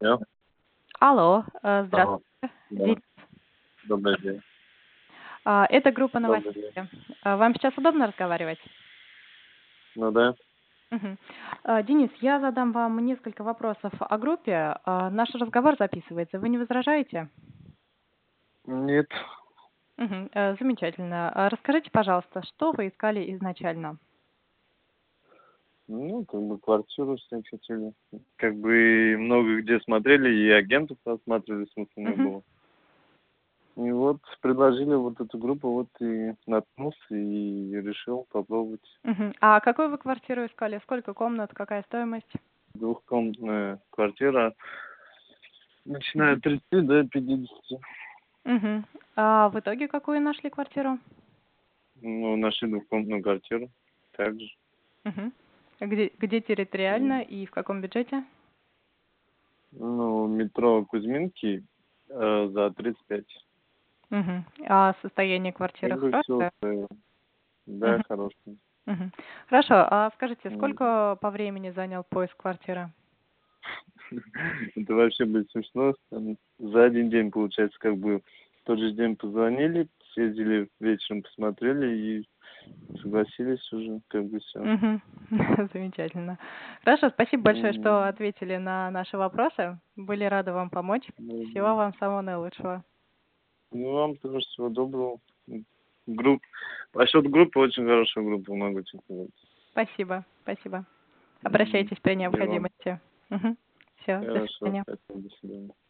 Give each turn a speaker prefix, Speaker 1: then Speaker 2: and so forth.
Speaker 1: Алло.
Speaker 2: Алло, э, здравствуйте.
Speaker 1: А, Да.
Speaker 2: Вик-
Speaker 1: Добрый день.
Speaker 2: а, Это группа
Speaker 1: Добрый
Speaker 2: новостей. А, Вам сейчас удобно разговаривать?
Speaker 1: Ну да.
Speaker 2: Мгм. А, Денис, я задам вам несколько вопросов о группе. А, Наш разговор записывается. Вы не возражаете?
Speaker 1: Нет.
Speaker 2: Мгм. Э, Замечательно. А Расскажите, пожалуйста, что вы искали изначально?
Speaker 1: Ну, как бы квартиру снять хотели. Как бы и много где смотрели, и агентов осматривали, смысла не
Speaker 2: Мгм.
Speaker 1: было. И вот предложили вот эту группу, вот и наткнулся и решил попробовать.
Speaker 2: Мгм. А какую вы квартиру искали? Сколько комнат? Какая стоимость?
Speaker 1: Двухкомнатная квартира, начиная от 30 до 50.
Speaker 2: Мгм. А в итоге какую нашли квартиру?
Speaker 1: Ну, нашли двухкомнатную квартиру также.
Speaker 2: Мгм. Где, где территориально и в каком бюджете?
Speaker 1: Ну, метро Кузьминки э, за 35.
Speaker 2: Мгм. А состояние квартиры
Speaker 1: Как бы всё
Speaker 2: хорошее?
Speaker 1: устраивало. Да,
Speaker 2: Мгм.
Speaker 1: хороший.
Speaker 2: Мгм. Хорошо. А скажите,
Speaker 1: Мгм.
Speaker 2: сколько по времени занял поиск квартиры?
Speaker 1: Это вообще будет смешно. Там за один день, получается, как бы в тот же день позвонили, съездили вечером, посмотрели и согласились уже, как бы все.
Speaker 2: Мгм. Замечательно. Хорошо, спасибо большое, что
Speaker 1: Мгм.
Speaker 2: ответили на наши вопросы. Были рады вам помочь. Всего вам самого наилучшего.
Speaker 1: Ну, вам тоже всего доброго. Групп. Насчет группы, очень хорошая группа, могу тебе сказать.
Speaker 2: Спасибо, спасибо.
Speaker 1: Мгм.
Speaker 2: Обращайтесь при
Speaker 1: И вам.
Speaker 2: необходимости. Все, до
Speaker 1: Хорошо,
Speaker 2: свидания.
Speaker 1: спасибо, до свидания.